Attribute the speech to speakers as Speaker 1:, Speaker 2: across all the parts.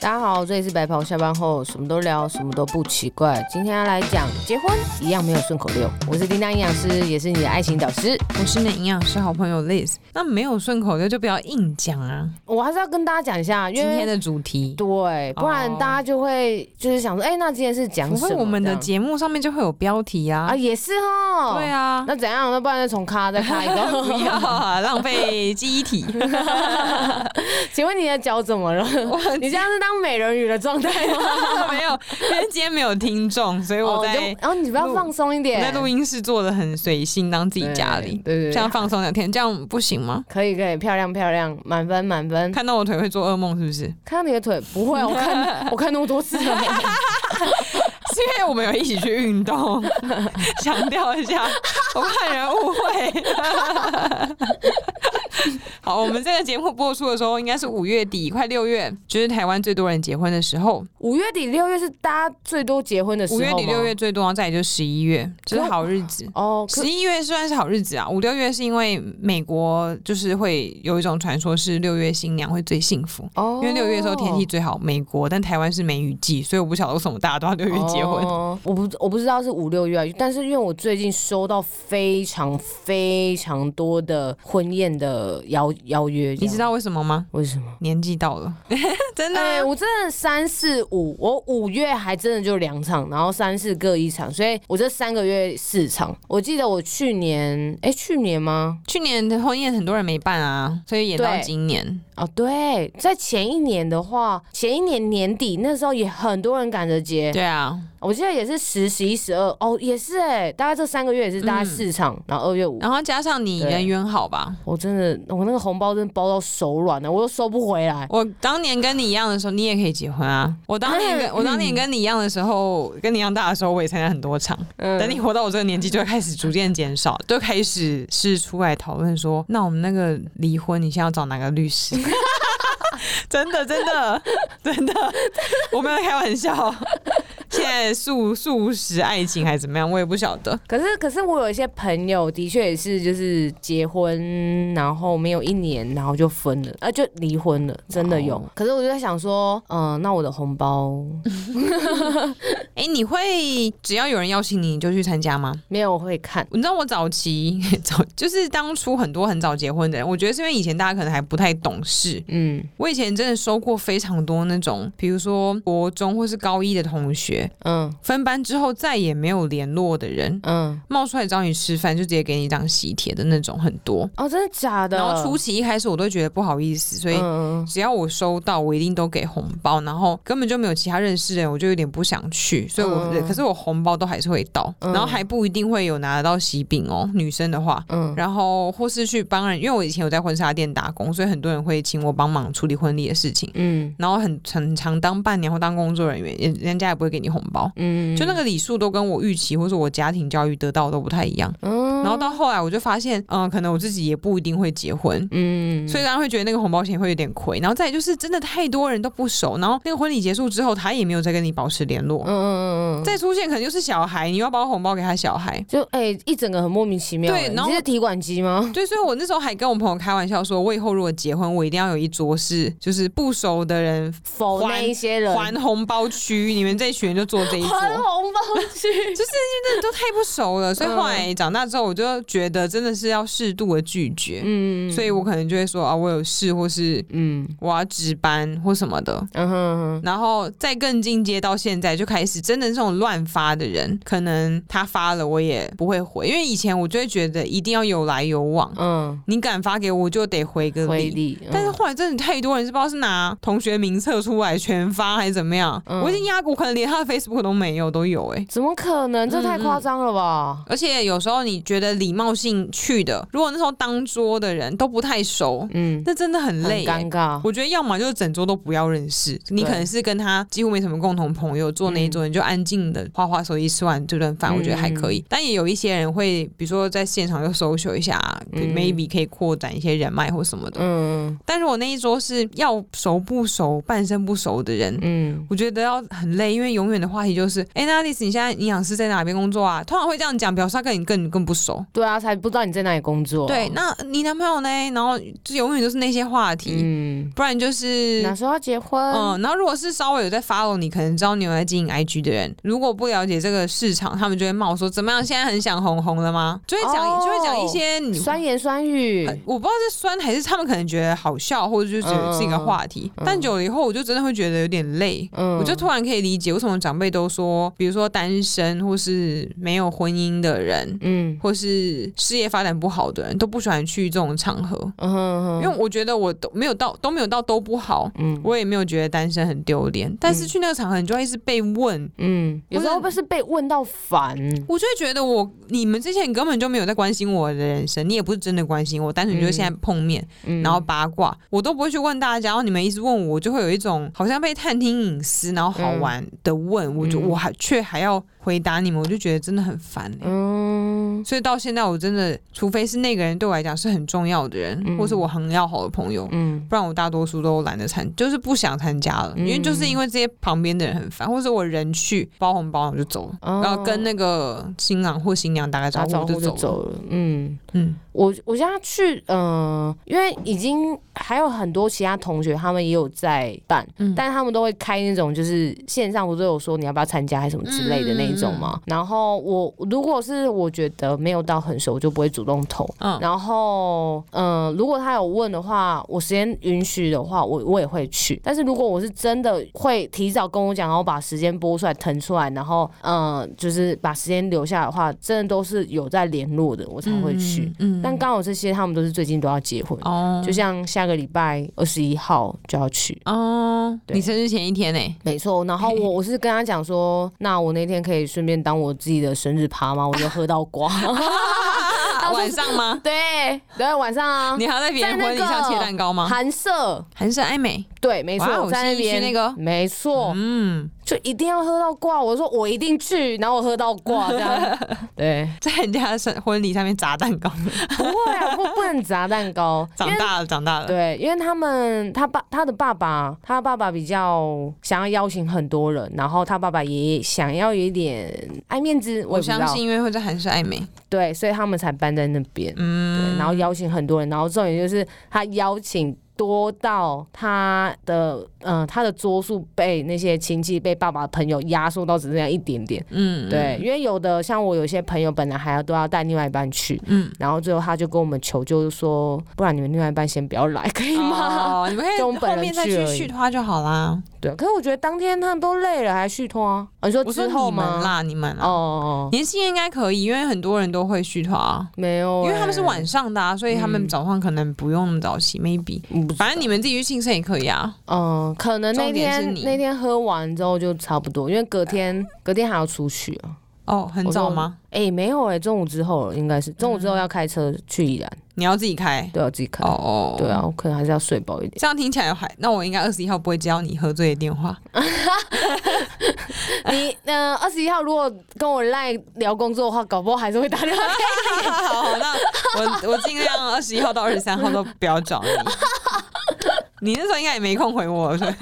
Speaker 1: 大家好，这里是白袍，下班后什么都聊，什么都不奇怪。今天要来讲结婚，一样没有顺口溜。我是叮当营养师，也是你的爱情导师。
Speaker 2: 我是你的营养师好朋友 Liz。那没有顺口溜就不要硬讲啊。
Speaker 1: 我还是要跟大家讲一下，因
Speaker 2: 今天
Speaker 1: 为
Speaker 2: 的主题，
Speaker 1: 对，不然
Speaker 2: 哦
Speaker 1: 大家就会就是想说，哎、那今天是讲
Speaker 2: 不
Speaker 1: 什
Speaker 2: 会
Speaker 1: 么？
Speaker 2: 我们的
Speaker 1: 这样
Speaker 2: 节目上面就会有标题啊。
Speaker 1: 啊，也是哦。
Speaker 2: 对。啊，
Speaker 1: 那怎样？那不然就从咔再咔一
Speaker 2: 不
Speaker 1: 个。
Speaker 2: 要啊 浪费记忆体。
Speaker 1: 请问你的脚怎么了？
Speaker 2: 我
Speaker 1: 你这样是当美人鱼的状态吗？
Speaker 2: 没有，因为今天没有听众，所以我
Speaker 1: 哦，
Speaker 2: 在、
Speaker 1: 就然后你不要
Speaker 2: 录
Speaker 1: 放松一
Speaker 2: 我
Speaker 1: 点。
Speaker 2: 在录音室做的很随性，当自己家里，
Speaker 1: 对对对
Speaker 2: 这样放松两天，这样不行吗？
Speaker 1: 可以可以，漂亮漂亮，满分满分。
Speaker 2: 看 到我腿会做噩梦，是不是？
Speaker 1: 看到你的腿， 不会，我看我看那么多次了。
Speaker 2: 是因为我们有一起去运动， 强调一下，我怕人误会。 好，我们这个节目播出的时候应该是五月底，快六月，就是台湾最多人结婚的时候。
Speaker 1: 五月底六月是大家最多结婚的时候
Speaker 2: 五
Speaker 1: 吗
Speaker 2: 月底六月最多，然后再来就十一月，这、是好日子。
Speaker 1: 哦，可
Speaker 2: 十一月虽然是好日子啊，五六月是因为美国就是会有一种传说是六月新娘会最幸福，
Speaker 1: 哦
Speaker 2: 因为六月的时候天气最好。美国，但台湾是梅雨季，所以我不晓得为什么大家都要六月结婚。
Speaker 1: 哦我不我不知道是五六月啊，但是因为我最近收到非常非常多的婚宴的邀邀约，
Speaker 2: 你知道为什么吗？
Speaker 1: 为什么？
Speaker 2: 年纪到了， 真的啊、
Speaker 1: 哎、我真的三四五，我五月还真的就两场，然后三四各一场，所以我这三个月四场。我记得我去年，哎、去年吗？
Speaker 2: 去年的婚宴很多人没办啊，所以演到
Speaker 1: 对
Speaker 2: 今年。
Speaker 1: 哦，对，在前一年的话，前一年年底那时候也很多人赶着结，
Speaker 2: 对啊，
Speaker 1: 我记得也是十、十一、十二，哦，也是哎、大概这三个月也是大概四场，然后二月五，
Speaker 2: 嗯然后加上你
Speaker 1: 对
Speaker 2: 人缘好吧，
Speaker 1: 我真的我那个红包真的包到手软了，我又收不回来。
Speaker 2: 我当年跟你一样的时候，你也可以结婚啊。我当年跟、
Speaker 1: 嗯
Speaker 2: 我当年跟你一样的时候，跟你一样大的时候，我也参加很多场。
Speaker 1: 嗯
Speaker 2: 等你活到我这个年纪，就会开始逐渐减少， 就开始是出来讨论说，那我们那个离婚，你现在要找哪个律师？ 真的，真的，真的，我没有开玩笑。现在素素食爱情还是怎么样，我也不晓得。
Speaker 1: 可是，可是我有一些朋友的确也是，就是结婚，然后没有一年，然后就分了，啊，就离婚了，真的有
Speaker 2: 哇哦。
Speaker 1: 可是我就在想说，嗯、那我的红包
Speaker 2: 哎、你会只要有人邀请你，你就去参加吗？
Speaker 1: 没有会看，
Speaker 2: 你知道我早期 早就是当初很多很早结婚的人，我觉得是因为以前大家可能还不太懂事。
Speaker 1: 嗯
Speaker 2: 我以前真的收过非常多那种，比如说国中或是高一的同学，
Speaker 1: 嗯
Speaker 2: 分班之后再也没有联络的人，
Speaker 1: 嗯，
Speaker 2: 冒出来找你吃饭就直接给你一张喜帖的那种很多。
Speaker 1: 哦，真的假的？
Speaker 2: 然后初期一开始我都觉得不好意思，所以
Speaker 1: 嗯
Speaker 2: 只要我收到，我一定都给红包，然后根本就没有其他认识的人，我就有点不想去，所以我、
Speaker 1: 嗯
Speaker 2: 可是我红包都还是会到，
Speaker 1: 嗯
Speaker 2: 然后还不一定会有拿得到喜饼哦，女生的话。
Speaker 1: 嗯
Speaker 2: 然后或是去帮人，因为我以前有在婚纱店打工，所以很多人会请我帮忙处理婚礼的事情，
Speaker 1: 嗯
Speaker 2: 然后很很常当伴娘或当工作人员，也人家也不会给你红包，
Speaker 1: 嗯，
Speaker 2: 就那个礼数都跟我预期或是我家庭教育得到的都不太一样。
Speaker 1: 嗯，
Speaker 2: 然后到后来我就发现，嗯、可能我自己也不一定会结婚，
Speaker 1: 嗯，
Speaker 2: 所以大家会觉得那个红包钱会有点亏，然后再来就是真的太多人都不熟，然后那个婚礼结束之后，他也没有再跟你保持联络
Speaker 1: 嗯，嗯嗯嗯，
Speaker 2: 再出现可能就是小孩，你又要包红包给他小孩。
Speaker 1: 就哎、一整个很莫名其妙、
Speaker 2: 嗯对
Speaker 1: 哎
Speaker 2: 然后
Speaker 1: 你是提款机 吗？
Speaker 2: 对，所以我那时候还跟我朋友开玩笑说，我以后如果结婚，我一定要有一桌是就是不熟的人
Speaker 1: 否
Speaker 2: 还
Speaker 1: 那一些人
Speaker 2: 还红包区，你们这一群人就坐这一桌，
Speaker 1: 还红包 去，
Speaker 2: 真的都太不熟了。
Speaker 1: 嗯
Speaker 2: 所以后来长大之后，我就觉得真的是要适度的拒绝，
Speaker 1: 嗯，
Speaker 2: 所以我可能就会说啊，我有事，或是
Speaker 1: 嗯
Speaker 2: 我要值班或什么的，
Speaker 1: 嗯哼嗯
Speaker 2: 然后再更进阶到现在，就开始真的这种乱发的人，可能他发了我也不会回，因为以前我就会觉得一定要有来有往
Speaker 1: 哼，嗯。
Speaker 2: 你敢发给我，我就得回个
Speaker 1: 回
Speaker 2: 礼。
Speaker 1: 礼，
Speaker 2: 但是
Speaker 1: 嗯
Speaker 2: 后来真的太多人是不知道是拿同学名册出来全发还是怎么样，
Speaker 1: 嗯
Speaker 2: 我已经压过，我可能连他的 Facebook 都没有都有哎、
Speaker 1: 怎么可能？这太夸张了吧！
Speaker 2: 而且有时候你觉得礼貌性去的，如果那时候当桌的人都不太熟，
Speaker 1: 嗯，
Speaker 2: 那真的很
Speaker 1: 很
Speaker 2: 累、欸
Speaker 1: 尴。尬。
Speaker 2: 我觉得要么就是整桌都不要认识，你
Speaker 1: 对
Speaker 2: 可能是跟他几乎没什么共同朋友，坐那一桌你就安静的花花手机吃完这顿饭，
Speaker 1: 嗯
Speaker 2: 我觉得还可以。但也有一些人会，比如说在现场就搜寻一下、
Speaker 1: 嗯
Speaker 2: m a y b e 可以扩展一些人脉或什么的。
Speaker 1: 嗯
Speaker 2: 但如果那一桌是要熟不熟、半生不熟的人，
Speaker 1: 嗯，
Speaker 2: 我觉得要很累，因为永远的话题就是，哎、那 Alice 你现在营养师在哪边工作啊？通常会这样讲，表示他跟你更更不熟。
Speaker 1: 对啊，才不知道你在哪里工作。
Speaker 2: 对，，那你男朋友呢？然后就永远都是那些话题，
Speaker 1: 嗯，
Speaker 2: 不然就是
Speaker 1: 哪时候要结婚？
Speaker 2: 嗯，然后如果是稍微有在 follow 你，可能知道你有在经营 IG 的人，如果不了解这个市场，他们就会冒说怎么样？现在很想红红了吗？就会讲，
Speaker 1: 哦
Speaker 2: 就会讲一些你。
Speaker 1: 酸言酸语，
Speaker 2: 呃我不知道是酸还是他们可能觉得好笑，或者就觉得是一个话题。
Speaker 1: 嗯嗯
Speaker 2: 但久了以后，我就真的会觉得有点累。
Speaker 1: 嗯，
Speaker 2: 我就突然可以理解为什么长辈都说，比如说单身或是没有婚姻的人，
Speaker 1: 嗯
Speaker 2: 或是事业发展不好的人，都不喜欢去这种场合，
Speaker 1: 嗯哼
Speaker 2: 因为我觉得我都没有到都没有到都不好，
Speaker 1: 嗯
Speaker 2: 我也没有觉得单身很丢脸，但是去那个场合，你就会一直被问，
Speaker 1: 嗯，有时候不是被问到烦，
Speaker 2: 我就会觉得我你们这些人根本就没有在关心我的人生，你也不是真的关心我，单纯就是现在碰面，
Speaker 1: 嗯
Speaker 2: 然后八卦，我都不会去问大家，然后你们一直问我，我就会有一种好像被探听隐私，然后好玩的问，我就
Speaker 1: 嗯
Speaker 2: 我还却还要回答你们，我就觉得真的很烦、欸。
Speaker 1: 嗯
Speaker 2: 所以到现在，我真的，除非是那个人对我来讲是很重要的人，
Speaker 1: 嗯
Speaker 2: 或是我很要好的朋友，
Speaker 1: 嗯
Speaker 2: 不然我大多数都懒得参，就是不想参加了，因为就是因为这些旁边的人很烦，或者我人去包红包我就走了，
Speaker 1: 哦
Speaker 2: 然后跟那个新郎或新娘打个招
Speaker 1: 打
Speaker 2: 呼
Speaker 1: 招
Speaker 2: 我
Speaker 1: 呼就
Speaker 2: 就走了。
Speaker 1: 走了，嗯。
Speaker 2: 嗯，
Speaker 1: 我我现在去，嗯，因为已经还有很多其他同学，他们也有在办，
Speaker 2: 嗯
Speaker 1: 但他们都会开那种就是线上，不是有说你要不要参加还是什么之类的那一种嘛。
Speaker 2: 嗯
Speaker 1: 然后我如果是我觉得没有到很熟，我就不会主动投。
Speaker 2: 嗯
Speaker 1: 然后，嗯、如果他有问的话，我时间允许的话，我我也会去。但是如果我是真的会提早跟我讲，然后把时间拨出来腾出来，然后，嗯、就是把时间留下来的话，真的都是有在联络的，我才会去。
Speaker 2: 嗯，嗯
Speaker 1: 但刚好这些他们都是最近都要结婚，
Speaker 2: 哦
Speaker 1: 就像下个礼拜二十一号就要去。
Speaker 2: 哦，
Speaker 1: 对
Speaker 2: 你生日前一天呢、
Speaker 1: 没错，然后我我是跟他讲说，那我那天可以顺便当我自己的生日趴吗？我就喝到 瓜。
Speaker 2: 晚上吗？
Speaker 1: 对对，晚上啊，
Speaker 2: 你还要在别人婚礼
Speaker 1: 在那
Speaker 2: 上
Speaker 1: 个
Speaker 2: 切蛋糕吗？
Speaker 1: 寒舍，
Speaker 2: 韩式爱美，
Speaker 1: 对，没
Speaker 2: 哇
Speaker 1: 错，
Speaker 2: 我
Speaker 1: 在那
Speaker 2: 信义区
Speaker 1: 边
Speaker 2: 那个
Speaker 1: 没错，
Speaker 2: 嗯，
Speaker 1: 就一定要喝到挂。我说我一定去，然后我喝到挂这 样。对，
Speaker 2: 在人家的生婚礼上面砸蛋糕，
Speaker 1: 不会啊，不不能砸蛋糕，因为
Speaker 2: 长大了，长大了，
Speaker 1: 对，因为他们他爸他的爸爸，他爸爸比较想要邀请很多人，然后他爸爸也想要有一点爱面子，我也
Speaker 2: 我
Speaker 1: 不知道
Speaker 2: 相信因为会在韩式爱美，
Speaker 1: 对，所以他们才搬在那边，对，
Speaker 2: 嗯，
Speaker 1: 然后邀请很多人，然后重点就是他邀请。多到他的呃，他的桌数被那些亲戚、被爸爸朋友压缩到只剩下一点点。
Speaker 2: 嗯，
Speaker 1: 对，因为有的像我有些朋友本来还要都要带另外一半去，
Speaker 2: 嗯
Speaker 1: 然后最后他就跟我们求救说，不然你们另外一半先不要来，可以吗？
Speaker 2: 哦，你们可以
Speaker 1: 哎就我们本
Speaker 2: 后
Speaker 1: 人
Speaker 2: 面再
Speaker 1: 去
Speaker 2: 去
Speaker 1: 而已
Speaker 2: 续拖就好啦。
Speaker 1: 对，啊可是我觉得当天他们都累了，还续拖啊？啊你说
Speaker 2: 我说
Speaker 1: 之后
Speaker 2: 你们
Speaker 1: 吗？
Speaker 2: 啦，你们
Speaker 1: 哦
Speaker 2: 啦，
Speaker 1: 哦，哦
Speaker 2: 年轻人应该可以，因为很多人都会续团啊，
Speaker 1: 没有、
Speaker 2: 因为他们是
Speaker 1: 欸，
Speaker 2: 晚上的啊，所以他们早上可能不用那么早起，maybe。
Speaker 1: 嗯，不
Speaker 2: 反正你们自己去庆生也可以啊。
Speaker 1: 嗯，可能那
Speaker 2: 重点是
Speaker 1: 天
Speaker 2: 你
Speaker 1: 那天喝完之后就差不多，因为隔天隔天还要出去啊。
Speaker 2: 哦，很
Speaker 1: 我
Speaker 2: 早
Speaker 1: 说
Speaker 2: 吗？
Speaker 1: 哎、没有哎、中午之后了，应该是中午之后要开车去宜兰，
Speaker 2: 你要自己开？
Speaker 1: 对，要自己开。
Speaker 2: 哦哦，
Speaker 1: 对啊，。我可能还是要睡饱 一点。
Speaker 2: 这样听起来还，那我应该二十一号不会接到你喝醉的 电话。
Speaker 1: 你呃，二十一号如果跟我赖聊工作的话，搞不好还是会打电话给你。
Speaker 2: 好，好那我我尽量二十一号到二十三号都不 要找你。你那时候应该也没空回我，所以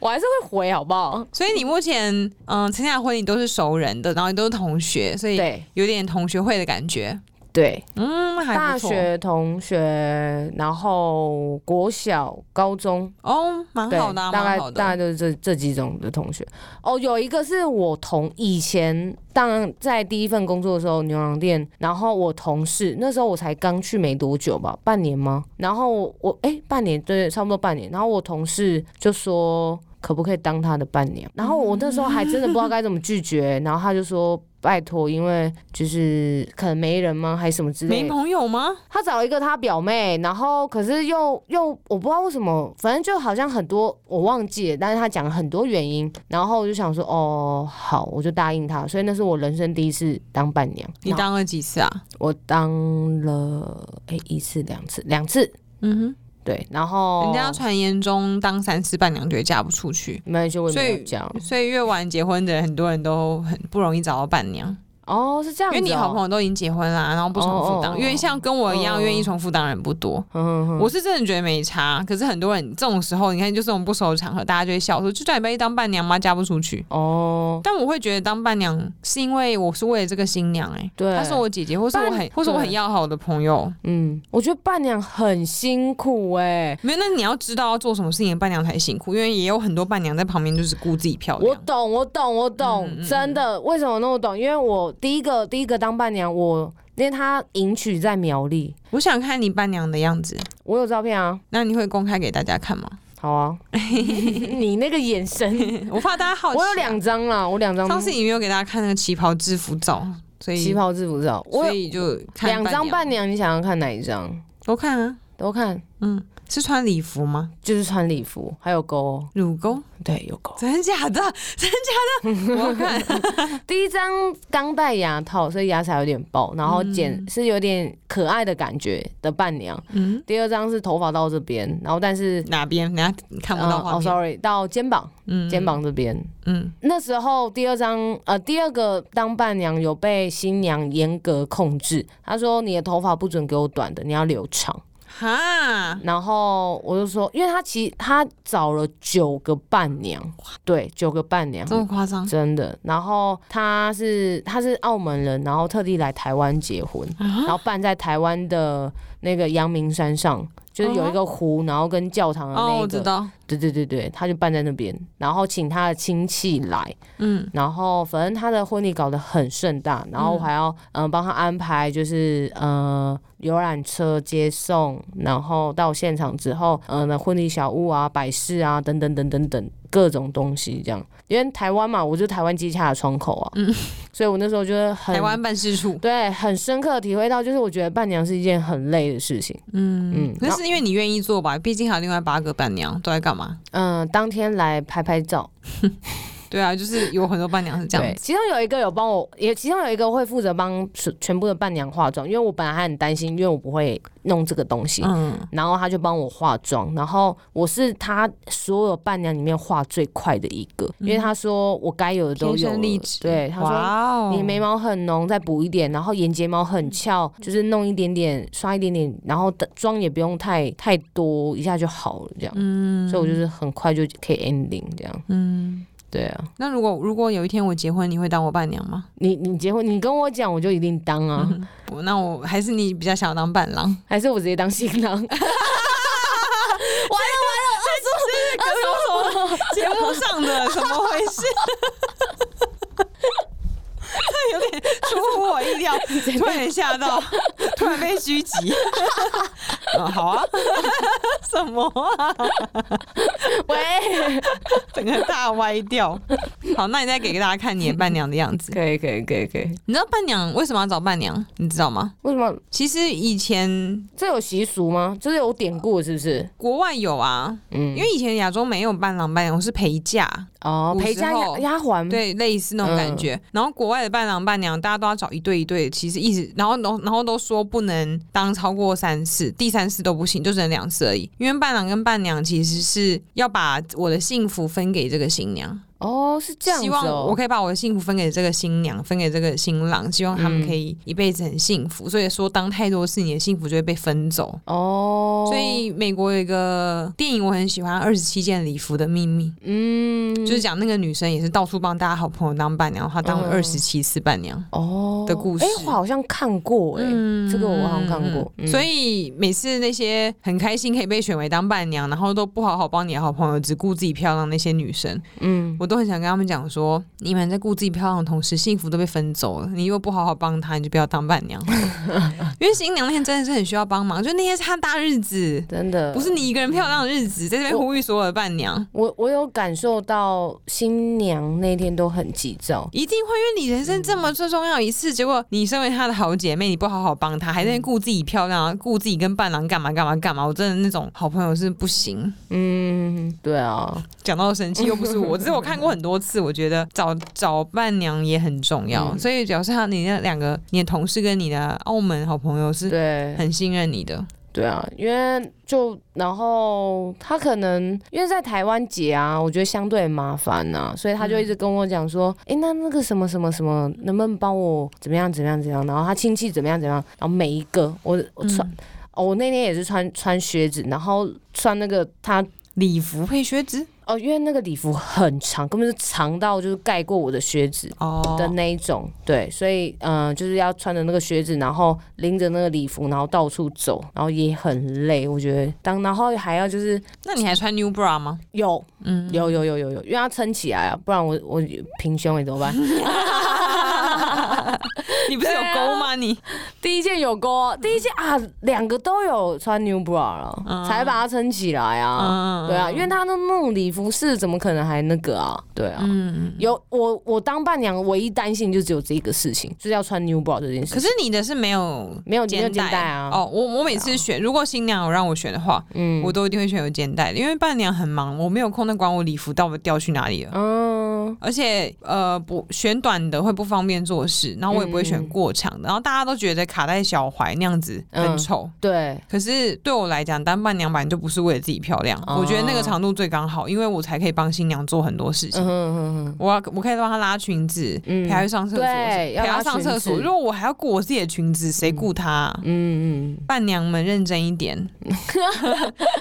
Speaker 1: 我还是会回，好不好？
Speaker 2: 所以你目前嗯参加的婚礼都是熟人的，然后都是同学，所以
Speaker 1: 对
Speaker 2: 有点同学会的感觉。
Speaker 1: 对，
Speaker 2: 嗯，那还
Speaker 1: 大
Speaker 2: 不错
Speaker 1: 学同学，然后国小、高中，
Speaker 2: 哦，蛮
Speaker 1: 对，
Speaker 2: 好的啊、
Speaker 1: 大概
Speaker 2: 蛮好的。
Speaker 1: 大概就是这这几种的同学。哦，有一个是我同以前，当然在第一份工作的时候，牛郎店，然后我同事那时候我才刚去没多久吧，半年吗？然后我哎、半年对，差不多半年。然后我同事就说。可不可以当他的伴娘？然后我那时候还真的不知道该怎么拒绝，然后他就说拜托，因为就是可能没人吗，还是什么之类的。
Speaker 2: 没朋友吗？
Speaker 1: 他找一个他表妹，然后可是又又我不知道为什么，反正就好像很多我忘记了，但是他讲了很多原因，然后我就想说哦好，我就答应他，所以那是我人生第一次当伴娘。
Speaker 2: 你
Speaker 1: 然后
Speaker 2: 当了几次啊？
Speaker 1: 我当了哎、一次两次两次
Speaker 2: 嗯
Speaker 1: 对，然
Speaker 2: 哼，
Speaker 1: 后
Speaker 2: 人家传言中当三次伴娘就会嫁不出去，
Speaker 1: 没关系，我也没
Speaker 2: 所以
Speaker 1: 有讲。
Speaker 2: 所以越晚结婚的人，很多人都很不容易找到伴娘。
Speaker 1: 哦，是这样
Speaker 2: 因
Speaker 1: 子、哦，
Speaker 2: 为你好朋
Speaker 1: 友，
Speaker 2: 友都已经结婚啦，然后不重复
Speaker 1: 哦哦
Speaker 2: 档，
Speaker 1: 哦
Speaker 2: 因为像跟我一样
Speaker 1: 嗯
Speaker 2: 愿意重复档的人不多。
Speaker 1: 嗯
Speaker 2: 我是真的觉得没差，可是很多人这种时候，你看就是我们不熟的场合，大家就会笑说，就叫你不要去当伴娘吗？嫁不出去。
Speaker 1: 哦，
Speaker 2: 但我会觉得当伴娘是因为我是为了这个新娘、欸，
Speaker 1: 对，
Speaker 2: 她是我姐姐，或是我很
Speaker 1: 伴，
Speaker 2: 或是我很要好的朋友。
Speaker 1: 嗯，我觉得伴娘很辛苦哎、
Speaker 2: 没有，那你要知道要做什么事情，伴娘才辛苦，因为也有很多伴娘在旁边就是顾自己漂
Speaker 1: 我
Speaker 2: 亮。
Speaker 1: 懂，我懂，我懂，
Speaker 2: 嗯嗯嗯
Speaker 1: 真的，为什么那么懂？因为我第一个第一个当伴娘，我因为她迎娶在苗栗，
Speaker 2: 我想看你伴娘的样子，
Speaker 1: 我有照片啊，
Speaker 2: 那你会公开给大家 看吗？
Speaker 1: 好 啊，你那个眼神，
Speaker 2: 我怕大家好奇啊、
Speaker 1: 我有两张啦，我两张
Speaker 2: 上次你没有给大家看那个旗袍制服照，所以
Speaker 1: 旗袍制服照，我
Speaker 2: 所
Speaker 1: 有
Speaker 2: 以就看
Speaker 1: 两张
Speaker 2: 伴
Speaker 1: 伴
Speaker 2: 娘
Speaker 1: 娘，你想要看哪一张？
Speaker 2: 都看啊，
Speaker 1: 都看，
Speaker 2: 嗯，是穿礼服吗？
Speaker 1: 就是穿礼服，还有勾哦，
Speaker 2: 乳沟？
Speaker 1: 对，有勾。
Speaker 2: 真假的？ 真假的？ 我看
Speaker 1: 第一张刚戴牙套，所以牙齿还有点爆，然后剪、是有点可爱的感觉的伴娘。
Speaker 2: 嗯
Speaker 1: 第二张是头发到这边，然后但是
Speaker 2: 哪边？人家看不到
Speaker 1: 呃
Speaker 2: 画
Speaker 1: 哦
Speaker 2: 面。
Speaker 1: ，sorry，到肩膀，
Speaker 2: 嗯
Speaker 1: 肩，膀这边。
Speaker 2: 嗯，
Speaker 1: 那时候第二张呃，第二个当伴娘有被新娘严格控制，她说你的头发不准给我短的，你要留长。
Speaker 2: 哈，
Speaker 1: 然后我就说，因为她其实她找了九个伴娘，对，九个伴娘
Speaker 2: 这。么夸张
Speaker 1: 真的，然后她是她是澳门人，然后特地来台湾结婚，然
Speaker 2: 啊？
Speaker 1: 后办在台湾的那个阳明山上，就是有一个湖，然后跟教堂的
Speaker 2: 哦，
Speaker 1: 那
Speaker 2: 我
Speaker 1: 一
Speaker 2: 知
Speaker 1: 个
Speaker 2: 道，
Speaker 1: 对对对对，他就办在那边，然后请他的亲戚来，
Speaker 2: 嗯，
Speaker 1: 然后反正他的婚礼搞得很盛大，然后我还要嗯帮、他安排就是呃游览车接送，然后到现场之后，嗯、那婚礼小物啊、摆饰啊等等等等等各种东西这样，因为台湾嘛，我就是台湾接洽的窗口啊，嗯， 所以我那时候就是很
Speaker 2: 台湾办事处，
Speaker 1: 对很深刻地体会到，就是我觉得伴娘是一件很累的事情，
Speaker 2: 嗯
Speaker 1: 嗯
Speaker 2: 那是因为你愿意做吧？毕竟还有另外八个伴娘都在干嘛？
Speaker 1: 嗯、当天来拍拍照。
Speaker 2: 对啊，就是有很多伴娘是这
Speaker 1: 对
Speaker 2: 样子，
Speaker 1: 其中有一个有帮我，也其中有一个会负责帮全全部的伴娘化妆，因为我本来还很担心，因为我不会弄这个东西。
Speaker 2: 嗯，
Speaker 1: 然后他就帮我化妆，然后我是他所有伴娘里面化最快的一个，因为他说我该有的都
Speaker 2: 嗯天
Speaker 1: 有了
Speaker 2: 生丽质，
Speaker 1: 对，他说
Speaker 2: 哇哦，
Speaker 1: 你眉毛很浓，再补一点，然后眼睫毛很翘，就是弄一点点，刷一点点，然后妆也不用太太多，一下就好了这样。嗯，所以我就是很快就可以 ending 这样。嗯，对啊。
Speaker 2: 那如果如果有一天我结婚，你会当我伴娘吗？
Speaker 1: 你你结婚，你跟我讲，我就一定当啊，
Speaker 2: 嗯我那我还是你比较想要当伴 郎，
Speaker 1: 还是我直接当新 郎？
Speaker 2: 跟我说节目上的怎么回事？ 这有点出乎我意料，突然吓 到，突然被狙击。嗯，好啊， 什么啊，
Speaker 1: 喂，
Speaker 2: 整个大歪掉。好，那你再给大家看你的伴娘的样子。
Speaker 1: 可以可以可以可以，
Speaker 2: 你知道伴娘为什么要找伴娘？你知道吗？
Speaker 1: 为什么
Speaker 2: 其实以前
Speaker 1: 这有习俗吗？就是有典故是不是？
Speaker 2: 国外有啊，
Speaker 1: 嗯，
Speaker 2: 因为以前亚洲没有伴郎伴娘是陪嫁，
Speaker 1: 哦，
Speaker 2: 古
Speaker 1: 陪
Speaker 2: 时
Speaker 1: 嫁
Speaker 2: 候
Speaker 1: 丫丫鬟，
Speaker 2: 对，类似那种感觉。
Speaker 1: 嗯
Speaker 2: 然后国外的伴郎伴娘，大家都要找一对一对的，其实一直，然后然后然后都说不能当超过三次，第三次都不行，就只能两次而已。因为伴郎跟伴娘其实是要把我的幸福分给这个新娘，
Speaker 1: 哦，是这样子
Speaker 2: 希望我
Speaker 1: 哦，
Speaker 2: 可以把我的幸福分给这个新娘，分给这个新郎，希望他
Speaker 1: 嗯
Speaker 2: 们可以一辈子很幸福。所以说，当太多次，你的幸福就会被分走。
Speaker 1: 哦，
Speaker 2: 所以美国有一个电影我很喜欢，《二十七件礼服的秘密》。
Speaker 1: 嗯，
Speaker 2: 就是讲那个女生也是到处帮大家好朋友当伴娘，她当了
Speaker 1: 嗯
Speaker 2: 二十七次伴娘。
Speaker 1: 哦
Speaker 2: 的故事嗯
Speaker 1: 哎，我好像看过哎，这个我好像看过，嗯
Speaker 2: 所以每次那些很开心可以被选为当伴娘，然后都不好好帮你的好朋友，只顾自己漂亮那些女生，
Speaker 1: 嗯，
Speaker 2: 我都很想跟他们讲说，你们在顾自己漂亮的同时，幸福都被分走了。你如果不好好帮她，你就不要当伴娘， 因为新娘那天真的是很需要帮忙，就那天是她大日子，
Speaker 1: 真的
Speaker 2: 不是你一个人漂亮的日子，在这边呼吁所有的伴娘。
Speaker 1: 我，我有感受到新娘那天都很急躁，
Speaker 2: 一定会，因为你人生这么最重要一次，结果你身为她的好姐妹，你不好好帮她，还在那边顾自己漂
Speaker 1: 嗯
Speaker 2: 亮，啊顾自己跟伴郎干嘛干嘛干嘛，我真的那种好朋友是不行。
Speaker 1: 嗯，对啊，
Speaker 2: 讲到生气又不是我，只是我看过很多次，我觉得找找伴娘也很重要，
Speaker 1: 嗯
Speaker 2: 所以表示他你那两个你的同事跟你的澳门好朋友是
Speaker 1: 对，
Speaker 2: 很信任你的，
Speaker 1: 对啊，因为就然后他可能因为在台湾结啊，我觉得相对麻烦呐、所以他就一直跟我讲说，哎、那那个什么什么什么，能不能帮我怎么样怎么样怎么样？然后他亲戚怎么样怎么样？然后每一个我我穿、哦，我那天也是穿穿靴子，然后穿那个他
Speaker 2: 礼服配靴子
Speaker 1: 哦，因为那个礼服很长，根本是长到就是盖过我的靴子。
Speaker 2: 哦
Speaker 1: 的那一种，对，所以嗯、呃就是要穿着那个靴子，然后拎着那个礼服，然后到处走，然后也很累，我觉得当然后还要就是
Speaker 2: 那你还穿 new bra 吗？
Speaker 1: 有
Speaker 2: 嗯，
Speaker 1: 有有有有有，因为要撑起来啊，不然我我平胸也怎么办？
Speaker 2: 你不是有勾吗？你
Speaker 1: 第一件有勾啊，第一件啊，两个都有穿 new bra 了，
Speaker 2: 嗯
Speaker 1: 才把它撑起来啊。
Speaker 2: 嗯
Speaker 1: 对啊，因为他的那种礼服是怎么可能还那个啊？对啊，
Speaker 2: 嗯，
Speaker 1: 有我我当伴娘唯一担心就只有这一个事情，就是要穿 new bra 这件事。
Speaker 2: 可是你的是没有
Speaker 1: 没有没有
Speaker 2: 肩
Speaker 1: 肩带啊，
Speaker 2: 哦，我我每次选，如果新娘有让我选的话，
Speaker 1: 嗯
Speaker 2: 我都一定会选有肩带的，因为伴娘很忙，我没有空再管我礼服到底掉去哪里了。
Speaker 1: 嗯，
Speaker 2: 而且呃，不选短的会不方便做事，然后我也不会选过长的，然后大家都觉得卡在小怀那样子很
Speaker 1: 嗯
Speaker 2: 丑。
Speaker 1: 对，
Speaker 2: 可是对我来讲，当伴娘版就不是为了自己漂亮，
Speaker 1: 哦
Speaker 2: 我觉得那个长度最刚好，因为我才可以帮新娘做很多事情。
Speaker 1: 嗯哼哼哼，
Speaker 2: 我要我可以帮她拉裙子，
Speaker 1: 嗯
Speaker 2: 陪她去上厕所，
Speaker 1: 对
Speaker 2: 陪
Speaker 1: 要
Speaker 2: 她
Speaker 1: 拉
Speaker 2: 上
Speaker 1: 裙
Speaker 2: 厕所。
Speaker 1: 子
Speaker 2: 如果我还要顾我自己的裙子，谁顾她啊、
Speaker 1: 嗯嗯
Speaker 2: 伴娘们认真一点，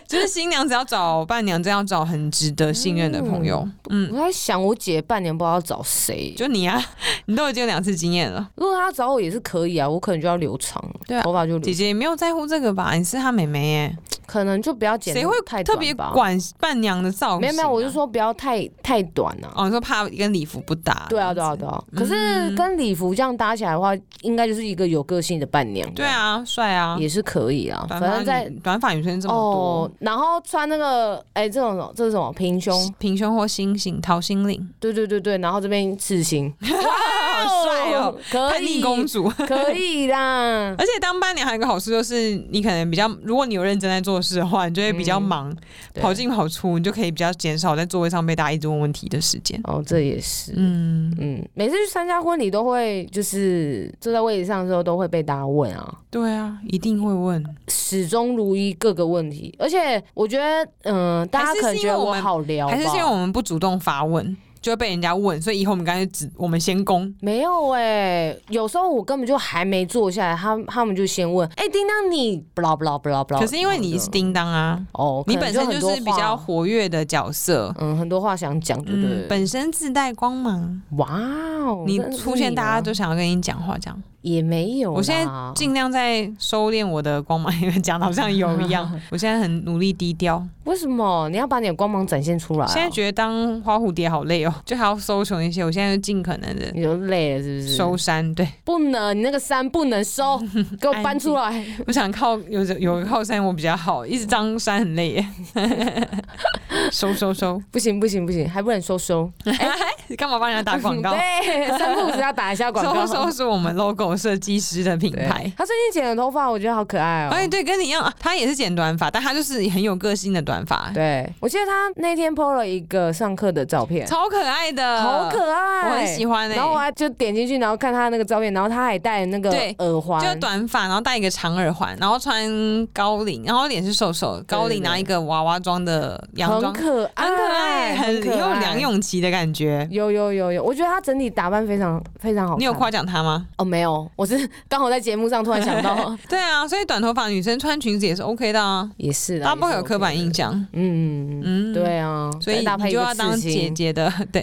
Speaker 2: 就是新娘子要找伴娘，真要找很值得信任的朋友。嗯
Speaker 1: 嗯，，我在想我姐半年不知道要找谁，
Speaker 2: 就你啊， 你都已经有两次经验了，
Speaker 1: 如果她找我也是可以啊，我可能就要留长了，
Speaker 2: 对啊
Speaker 1: 头发就
Speaker 2: 姐
Speaker 1: 留，
Speaker 2: 姐也没有在乎这个吧？你是她妹妹耶，
Speaker 1: 可能就不要剪，
Speaker 2: 谁会
Speaker 1: 太
Speaker 2: 特
Speaker 1: 短
Speaker 2: 别
Speaker 1: 吧？
Speaker 2: 管伴娘的造型、啊？
Speaker 1: 没有没有，我就说不要太太短啊。
Speaker 2: 哦，你嗯说怕跟礼服不搭？
Speaker 1: 对啊，对啊，
Speaker 2: 这样子
Speaker 1: 对啊。可是跟礼服这样搭起来的话，应该就是一个有个性的伴娘。
Speaker 2: 对，啊，帅啊，
Speaker 1: 也是可以啊。
Speaker 2: 短
Speaker 1: 反
Speaker 2: 发
Speaker 1: 正在
Speaker 2: 女短发女生这么
Speaker 1: 哦
Speaker 2: 多，，
Speaker 1: 然后穿那个哎，这种什么这是什么平胸？
Speaker 2: 平胸或星星、桃心领，
Speaker 1: 对对对对，然后这边刺 青，
Speaker 2: 好帅哦，，
Speaker 1: 可
Speaker 2: 叛逆
Speaker 1: 以，
Speaker 2: 公主。
Speaker 1: 可以啦。
Speaker 2: 而且当伴娘还有一个好处就是，你可能比较，如果你有认真在做事的话，你就会比较忙，
Speaker 1: 嗯对
Speaker 2: 跑进跑出，你就可以比较减少在座位上被大家一直问问题的时间。
Speaker 1: 哦，这也是。
Speaker 2: 嗯，
Speaker 1: 嗯，每次去参加婚礼都会，就是坐在位置上的时候都会被大家问啊，
Speaker 2: 对啊，一定会问。
Speaker 1: 始终如一各个问题。而且我觉得，嗯、大家
Speaker 2: 还是
Speaker 1: 可能
Speaker 2: 是因
Speaker 1: 觉
Speaker 2: 为
Speaker 1: 得
Speaker 2: 我
Speaker 1: 我
Speaker 2: 们
Speaker 1: 好聊啊吧，
Speaker 2: 还是是因为我们不主动发问，就会被人家问，所以以后我们干脆只我们先攻。
Speaker 1: 没有哎、有时候我根本就还没坐下来，他他们就先问，哎、叮当你不啦不啦不啦不啦。
Speaker 2: 可是因为你是叮当啊，
Speaker 1: 哦，
Speaker 2: 你
Speaker 1: 可
Speaker 2: 本
Speaker 1: 能
Speaker 2: 身
Speaker 1: 很
Speaker 2: 就
Speaker 1: 多
Speaker 2: 是比较
Speaker 1: 话
Speaker 2: 活跃的角色，
Speaker 1: 嗯很多话想讲，对不
Speaker 2: 嗯，
Speaker 1: 对？
Speaker 2: 本身自带光芒，
Speaker 1: 哇哦，
Speaker 2: 你
Speaker 1: 真的是
Speaker 2: 出现大
Speaker 1: 吗
Speaker 2: 家就想要跟你讲话，这样。
Speaker 1: 也没有啦，
Speaker 2: 我现
Speaker 1: 哦
Speaker 2: 在尽量在收敛我的光芒，因为讲得好像有 一样。我现在很努力低调，
Speaker 1: 为什么你要把你的光芒展现出来、啊？
Speaker 2: 现在觉得当花蝴蝶好累哦，就还要搜寻一些，我现在就尽可能的
Speaker 1: 你就累了是不是？
Speaker 2: 收山。对，
Speaker 1: 不能，你那个山不能 收，给我搬出来。
Speaker 2: 我想靠有有个靠山我比较好，一直张山很累耶。 收收收，
Speaker 1: 不行不行不行，还不能收收
Speaker 2: 你干嘛帮人家打广告？
Speaker 1: 对， 三不五时要打一下广告。
Speaker 2: 收收是我们 logo 设计师的品
Speaker 1: 对
Speaker 2: 牌。
Speaker 1: 他最近剪的头发，我觉得好可爱哦、
Speaker 2: 哎，对，跟你一样，啊他也是剪短发，但他就是很有个性的短发，
Speaker 1: 对，我记得他那天 PO 了一个上课的照片，
Speaker 2: 超可爱的，
Speaker 1: 好可爱，
Speaker 2: 我很喜欢哎、
Speaker 1: 然后我还就点进去，然后看他那个照片，然后他还戴那个
Speaker 2: 对
Speaker 1: 耳环，
Speaker 2: 就短发，然后戴一个长耳环，然后穿高领，然后脸是瘦瘦的，高领
Speaker 1: 对对
Speaker 2: 拿一个娃娃装的洋
Speaker 1: 很
Speaker 2: 装，
Speaker 1: 可爱，
Speaker 2: 很可爱，很
Speaker 1: 很可
Speaker 2: 有
Speaker 1: 爱
Speaker 2: 梁。咏琪的感觉。
Speaker 1: 有有有有，我觉得他整体打扮非常非常好看。
Speaker 2: 你有夸奖她吗？
Speaker 1: 哦？没有，我是 刚好在节目上突然想到，
Speaker 2: 对啊，所以短头发女生穿裙子也是 OK 的啊，
Speaker 1: 也是啦
Speaker 2: 大家不
Speaker 1: 也
Speaker 2: 会
Speaker 1: 是
Speaker 2: 有
Speaker 1: OK
Speaker 2: 刻
Speaker 1: 的
Speaker 2: 板印象。
Speaker 1: 嗯，
Speaker 2: 嗯，。
Speaker 1: 对啊，
Speaker 2: 所以
Speaker 1: 再搭配
Speaker 2: 你
Speaker 1: 一
Speaker 2: 就
Speaker 1: 个
Speaker 2: 要当
Speaker 1: 刺青
Speaker 2: 姐。姐的，对，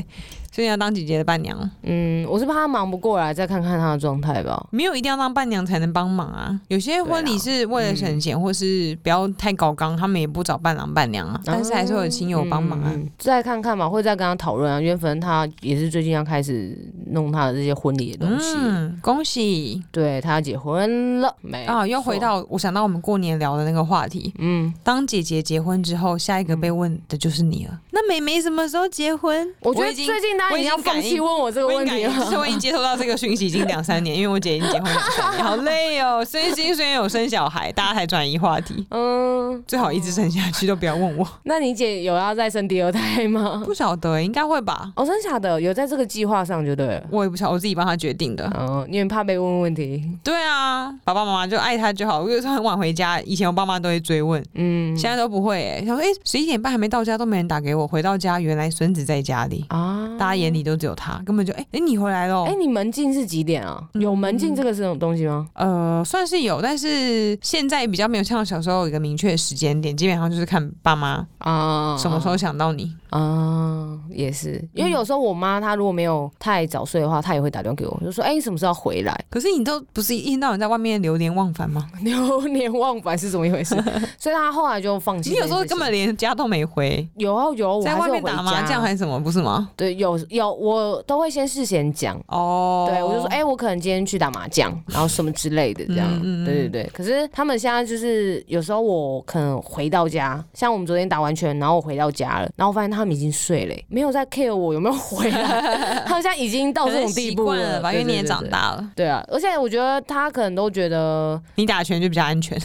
Speaker 2: 所以你要当姐姐的伴娘，
Speaker 1: 嗯，我是怕他忙不过来，再看看他的状态吧。
Speaker 2: 没有一定要当伴娘才能帮忙啊。有些婚礼是为了省钱，或是不要太搞刚，他们也不找伴郎伴娘啊，但是还是会有亲友帮忙啊。
Speaker 1: 嗯，嗯再看看嘛，会再跟他讨论啊，因为反正他也是最近要开始弄他的这些婚礼的东西。
Speaker 2: 嗯，恭喜
Speaker 1: 对他要结婚了，没
Speaker 2: 啊！又回，到我想到我们过年聊的那个话题，
Speaker 1: 嗯，
Speaker 2: 嗯当姐姐结婚之后，下一个被问的就是你了。那美美什么时候结婚？
Speaker 1: 我觉
Speaker 2: 已
Speaker 1: 得
Speaker 2: 经
Speaker 1: 最近大家
Speaker 2: 我
Speaker 1: 已
Speaker 2: 已
Speaker 1: 经
Speaker 2: 经
Speaker 1: 要放
Speaker 2: 感
Speaker 1: 弃
Speaker 2: 应
Speaker 1: 问我这个
Speaker 2: 我
Speaker 1: 问
Speaker 2: 应
Speaker 1: 题
Speaker 2: 该，其实
Speaker 1: 了。
Speaker 2: 我已经接收到这个讯息已经两三年，因为我姐已经结婚两三年，好累哦。孙欣虽然有生小孩，大家才转移话题，
Speaker 1: 嗯，
Speaker 2: 最好一直生下去，都不要问我。
Speaker 1: 那你姐有要再生第二胎吗？
Speaker 2: 不晓得，欸应该会吧？
Speaker 1: 哦，真假的，有在这个计划上就对了。
Speaker 2: 我也不晓得，我自己帮她决定的。
Speaker 1: 嗯，因为怕被问问题。
Speaker 2: 对啊，爸爸妈妈就爱她就好。我有时候很晚回家，以前我爸妈都会追问，
Speaker 1: 嗯，
Speaker 2: 现在都不会、欸。想说，哎、十一点半还没到家，都没人打给我。回到家，原来孙子在家里，
Speaker 1: 啊，
Speaker 2: 大家眼里都只有他，根本就哎哎、欸你回来喽。
Speaker 1: 哎、你门禁是几点啊？
Speaker 2: 嗯
Speaker 1: 有门禁这个是种东西吗？
Speaker 2: 呃，算是有，但是现在比较没有像小时候有一个明确的时间点，基本上就是看爸妈
Speaker 1: 啊，
Speaker 2: 什么时候想到你。
Speaker 1: 啊？也是，因为有时候我妈她如果没有太早睡的话，她也会打电话给我，就说：“哎、你什么时候要回来
Speaker 2: 可是你都不是一天到晚在外面流连忘返吗？？”
Speaker 1: 流连忘返是怎么一回 事？所以她后来就放弃
Speaker 2: 你
Speaker 1: 这件
Speaker 2: 有
Speaker 1: 事情。
Speaker 2: 时候根本连家都没回，
Speaker 1: 有啊有啊，我还
Speaker 2: 在
Speaker 1: 是
Speaker 2: 外
Speaker 1: 有
Speaker 2: 面打
Speaker 1: 回家
Speaker 2: 麻将还是什么，不是吗？
Speaker 1: 对有有，我都会先事先讲。
Speaker 2: 哦，
Speaker 1: 对，我就说，哎、我可能今天去打麻将，然后什么之类的，这样，
Speaker 2: 嗯嗯嗯
Speaker 1: 对对对。可是他们现在就是有时候我可能回到家，像我们昨天打完拳，然后我回到家了，然后我发现他们已经睡了、欸没有在 care 我有没有回来， 他们现在已经到
Speaker 2: 可
Speaker 1: 这
Speaker 2: 能
Speaker 1: 种地
Speaker 2: 习
Speaker 1: 步
Speaker 2: 惯了吧，因
Speaker 1: 对
Speaker 2: 为你也长。
Speaker 1: 对对对
Speaker 2: 大了，
Speaker 1: 对啊，而且我觉得他可能都觉得
Speaker 2: 你打拳就比较安 全。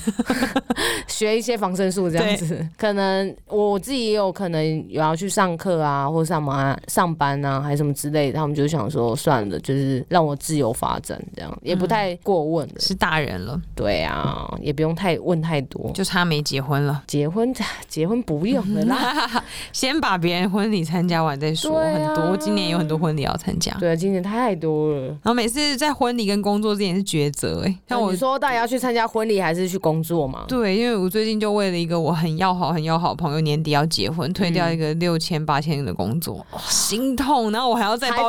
Speaker 1: 学一些防身术这样子， 可能我自己也有可能有要去上课啊，或上班上班啊，还是什么之类的，他们就想说算了，就是让我自由发展这样，也不太过问了。
Speaker 2: 是大人了，
Speaker 1: 对啊，也不用太问太多。
Speaker 2: 就差没结婚了。
Speaker 1: 结婚，结婚不用了啦。
Speaker 2: 先把别人婚礼参加完再说，
Speaker 1: 对啊
Speaker 2: 很多今年有很多婚礼要参加。
Speaker 1: 对啊，今年太多 了。
Speaker 2: 然后每次在婚礼跟工作之间是抉择、哎，
Speaker 1: 那
Speaker 2: 像我
Speaker 1: 你说大家去参加婚礼还是去工作嘛？
Speaker 2: 对，因为我最近就为了一个我很要好、很要好的朋友，年底要结婚，推掉一个六千八千的工作，哇心痛。然后我还要再包，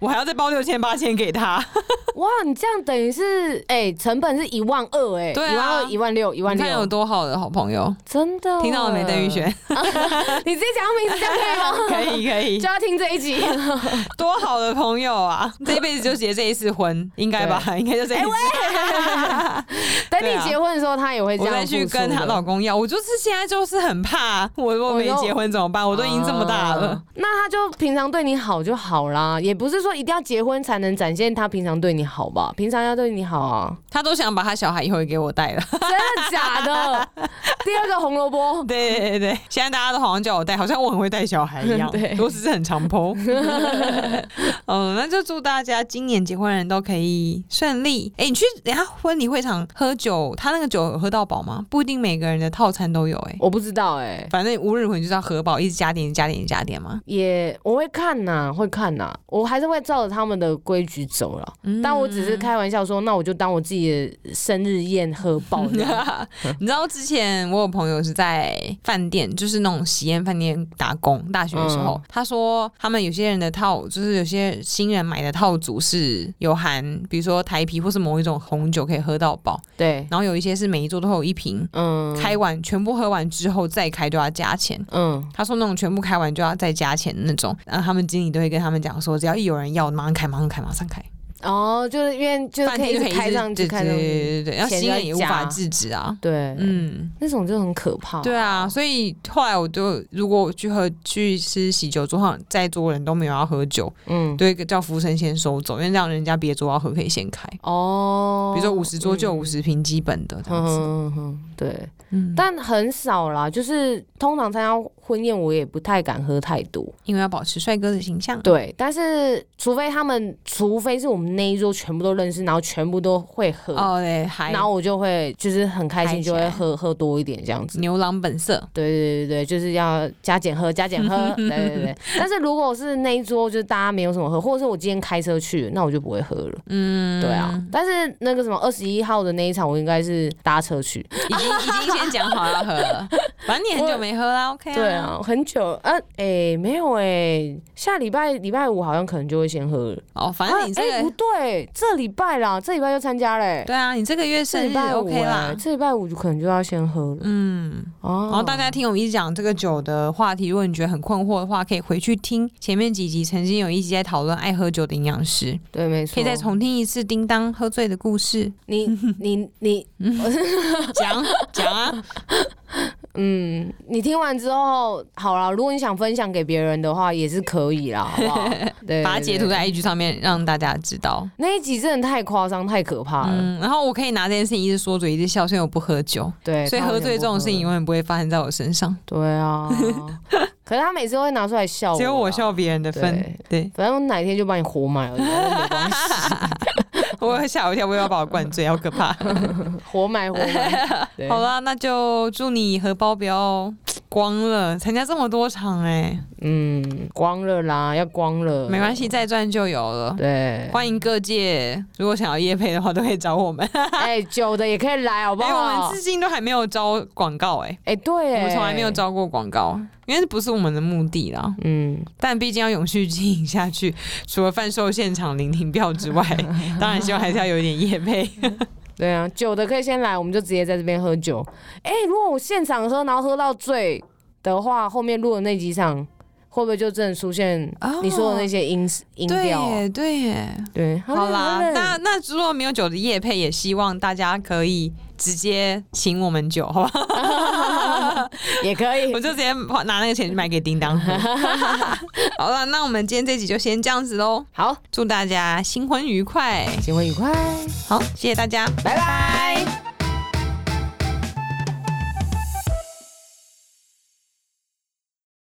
Speaker 2: 我还要再包六千八千给他。
Speaker 1: 哇，你这样等于是，哎、成本是一万二，哎，
Speaker 2: 对
Speaker 1: 一万
Speaker 2: 啊
Speaker 1: 二，一万六，一万
Speaker 2: 你看有
Speaker 1: 六，
Speaker 2: 多好的好朋友，
Speaker 1: 真的。哦
Speaker 2: 听到了没？邓玉，璇，
Speaker 1: 你自己讲名字就可以了。
Speaker 2: 可以可以
Speaker 1: 啊 就，要听这一 集。
Speaker 2: 多好的朋友啊！这辈子就结这一次婚，应该吧？应该就这一次。
Speaker 1: 等
Speaker 2: 对
Speaker 1: 你
Speaker 2: 啊
Speaker 1: 结婚的时候，他也会这
Speaker 2: 我
Speaker 1: 样
Speaker 2: 再去
Speaker 1: 付出
Speaker 2: 跟她
Speaker 1: 的
Speaker 2: 老公要，我就是现在就是很怕，我如果
Speaker 1: 我
Speaker 2: 没
Speaker 1: 又
Speaker 2: 结婚怎么办？我都已经这么大了
Speaker 1: 啊。那他就平常对你好就好啦，也不是说一定要结婚才能展现他平常对你好吧？平常要对你好 啊，
Speaker 2: 她都想把她小孩以后也给我带了。
Speaker 1: 真的假的？第二个红萝卜，
Speaker 2: 对对对对，现在大家都好像叫我带，好像我很会带小孩一样。
Speaker 1: 对
Speaker 2: 我只是很常剖。 嗯，那就祝大家今年结婚的人都可以顺利。哎、你去人家婚礼会场喝酒，他那个酒有喝到饱吗？不一定每个人的套餐都有、哎，
Speaker 1: 我不知道哎、
Speaker 2: 反正无论如何你就是要喝饱，一直加点，一直加点，一直加点嘛。
Speaker 1: 也我会看呐、会看呐、我还是会照着他们的规矩走啦。
Speaker 2: 嗯
Speaker 1: 但我只是开玩笑说，那我就当我自己的生日宴喝爆这 样
Speaker 2: 你知道之前我有朋友是在饭店，就是那种喜宴饭店打工，大学的时候，
Speaker 1: 嗯
Speaker 2: 他说他们有些人的套，就是有些新人买的套组是有含，比如说台啤或是某一种红酒可以喝到饱，
Speaker 1: 对，
Speaker 2: 然后有一些是每一桌都会有一瓶，
Speaker 1: 嗯
Speaker 2: 开完全部喝完之后再开都要加钱。
Speaker 1: 嗯，
Speaker 2: 他说那种全部开完就要再加钱的那种，然后他们经理都会跟他们讲说，只要一有人要，马上开，马上开，马上开。
Speaker 1: 哦，就是因为就是
Speaker 2: 饭
Speaker 1: 可以
Speaker 2: 店
Speaker 1: 一直
Speaker 2: 就可以
Speaker 1: 开
Speaker 2: 一直
Speaker 1: 上去，
Speaker 2: 对
Speaker 1: 开
Speaker 2: 对
Speaker 1: 上
Speaker 2: 对
Speaker 1: 去，
Speaker 2: 对对对，然后
Speaker 1: 钱
Speaker 2: 新人
Speaker 1: 在
Speaker 2: 也无
Speaker 1: 加
Speaker 2: 法制止啊。
Speaker 1: 对，
Speaker 2: 嗯，
Speaker 1: 那种就很可怕。
Speaker 2: 对啊，所以后来我就如果我去喝去吃喜酒桌上，在座人都没有要喝酒，
Speaker 1: 嗯，
Speaker 2: 对，叫服务生先收走，因为让人家别桌要喝可以先开。
Speaker 1: 哦
Speaker 2: 比，如说五十桌就五十瓶基本的这
Speaker 1: 嗯，
Speaker 2: 样子，
Speaker 1: 嗯嗯嗯对，
Speaker 2: 嗯，但
Speaker 1: 但很少啦，就是通常参加婚宴，我也不太敢喝太多。
Speaker 2: 因为要保持帅哥的形象，
Speaker 1: 对，但是除非他们，除非是我们那一桌全部都认识，然后全部都会喝，
Speaker 2: 哦对，还
Speaker 1: 然后我就会就是很开心，
Speaker 2: 嗨起
Speaker 1: 就会
Speaker 2: 来
Speaker 1: 喝喝多一点这样子。
Speaker 2: 牛郎本色，
Speaker 1: 对对对对，就是要加减喝，加减 喝。对对对对。但是如果是那一桌就是大家没有什么喝，或者是我今天开车去，那我就不会喝了。
Speaker 2: 嗯，
Speaker 1: 对啊，但是那个什么二十一号的那一场，我应该是搭车去。
Speaker 2: 已经已经先讲好要喝了，反正你很久没喝啦，OK 啊，
Speaker 1: 对，啊，很久啊，哎、没有哎、下礼拜礼拜五好像可能就会先喝了。
Speaker 2: 哦，反正你
Speaker 1: 啊哎
Speaker 2: 这
Speaker 1: 不
Speaker 2: 个。
Speaker 1: 对，这礼拜啦，这礼拜就参加嘞、
Speaker 2: 对啊，你这个月
Speaker 1: 这
Speaker 2: 生
Speaker 1: 礼
Speaker 2: 日
Speaker 1: 拜五、
Speaker 2: OK
Speaker 1: 哎
Speaker 2: 啦，
Speaker 1: 这礼拜五就可能就要先喝了
Speaker 2: 嗯，
Speaker 1: 哦。
Speaker 2: 然后大家听我们一直讲这个酒的话题，如果你觉得很困惑的话，可以回去听前面几集，曾经有一集在讨论爱喝酒的营养师，
Speaker 1: 对，没错，
Speaker 2: 可以再重听一次叮当喝醉的 故事。
Speaker 1: 你你你
Speaker 2: 讲讲啊，
Speaker 1: 嗯，你听完之后，好了，如果你想分享给别人的话，也是可以啦，好不 好？对，
Speaker 2: 把它截
Speaker 1: 对
Speaker 2: 图
Speaker 1: 对
Speaker 2: 在 IG 上面让大家知道。
Speaker 1: 那一集真的太夸张、太可怕了。
Speaker 2: 嗯，然后我可以拿这件事情一直说嘴，一直笑，所以我不喝酒，
Speaker 1: 对，
Speaker 2: 所以
Speaker 1: 他完
Speaker 2: 喝
Speaker 1: 全
Speaker 2: 醉
Speaker 1: 不
Speaker 2: 这种
Speaker 1: 喝
Speaker 2: 事情永远不会发生在我身上，
Speaker 1: 对 啊。可是他每次会拿出来笑我，
Speaker 2: 只有我。笑别人的份。对
Speaker 1: 反正哦我哪一天就把你活埋了，没关系，
Speaker 2: 我会吓我一跳，我也要把我灌醉，好可怕。
Speaker 1: 活埋活埋。对
Speaker 2: 好，啦，那就祝你荷包不要光了，参加这么多场哎、
Speaker 1: 嗯，光了啦，要光了，
Speaker 2: 没关系，再赚就有了。
Speaker 1: 对，
Speaker 2: 欢迎各界，如果想要夜配的话，都可以找我们。
Speaker 1: 哎，久的也可以来，好不
Speaker 2: 哎、我
Speaker 1: 好
Speaker 2: 们？至今都还没有招广告哎、
Speaker 1: 哎，对，
Speaker 2: 我
Speaker 1: 哎
Speaker 2: 们从来没有。招过广告，因为这不是我们的目的啦。
Speaker 1: 嗯，
Speaker 2: 但毕竟要永续经营下去，除了贩售现场聆听 票之外，当然希望还是要有一点业配。
Speaker 1: 对啊，久的可以先来，我们就直接在这边喝酒。哎、如果我现场喝，然后喝到醉的话，后面录的那几场会不会就真的出现
Speaker 2: 哦
Speaker 1: 你说的那些音、 音
Speaker 2: 对
Speaker 1: 调啊？
Speaker 2: 耶，对耶。
Speaker 1: 对，
Speaker 2: 好啦，
Speaker 1: 冷
Speaker 2: 那那如果没有酒的夜配，也希望大家可以直接请我们酒，好吧？
Speaker 1: 也可以
Speaker 2: 我。就直接拿那个钱去买给叮 当喝。好了，那我们今天这集就先这样子喽，
Speaker 1: 好，
Speaker 2: 祝大家新婚愉快。
Speaker 1: 新婚愉快，
Speaker 2: 好，谢谢大家，
Speaker 1: 拜拜。
Speaker 2: 拜。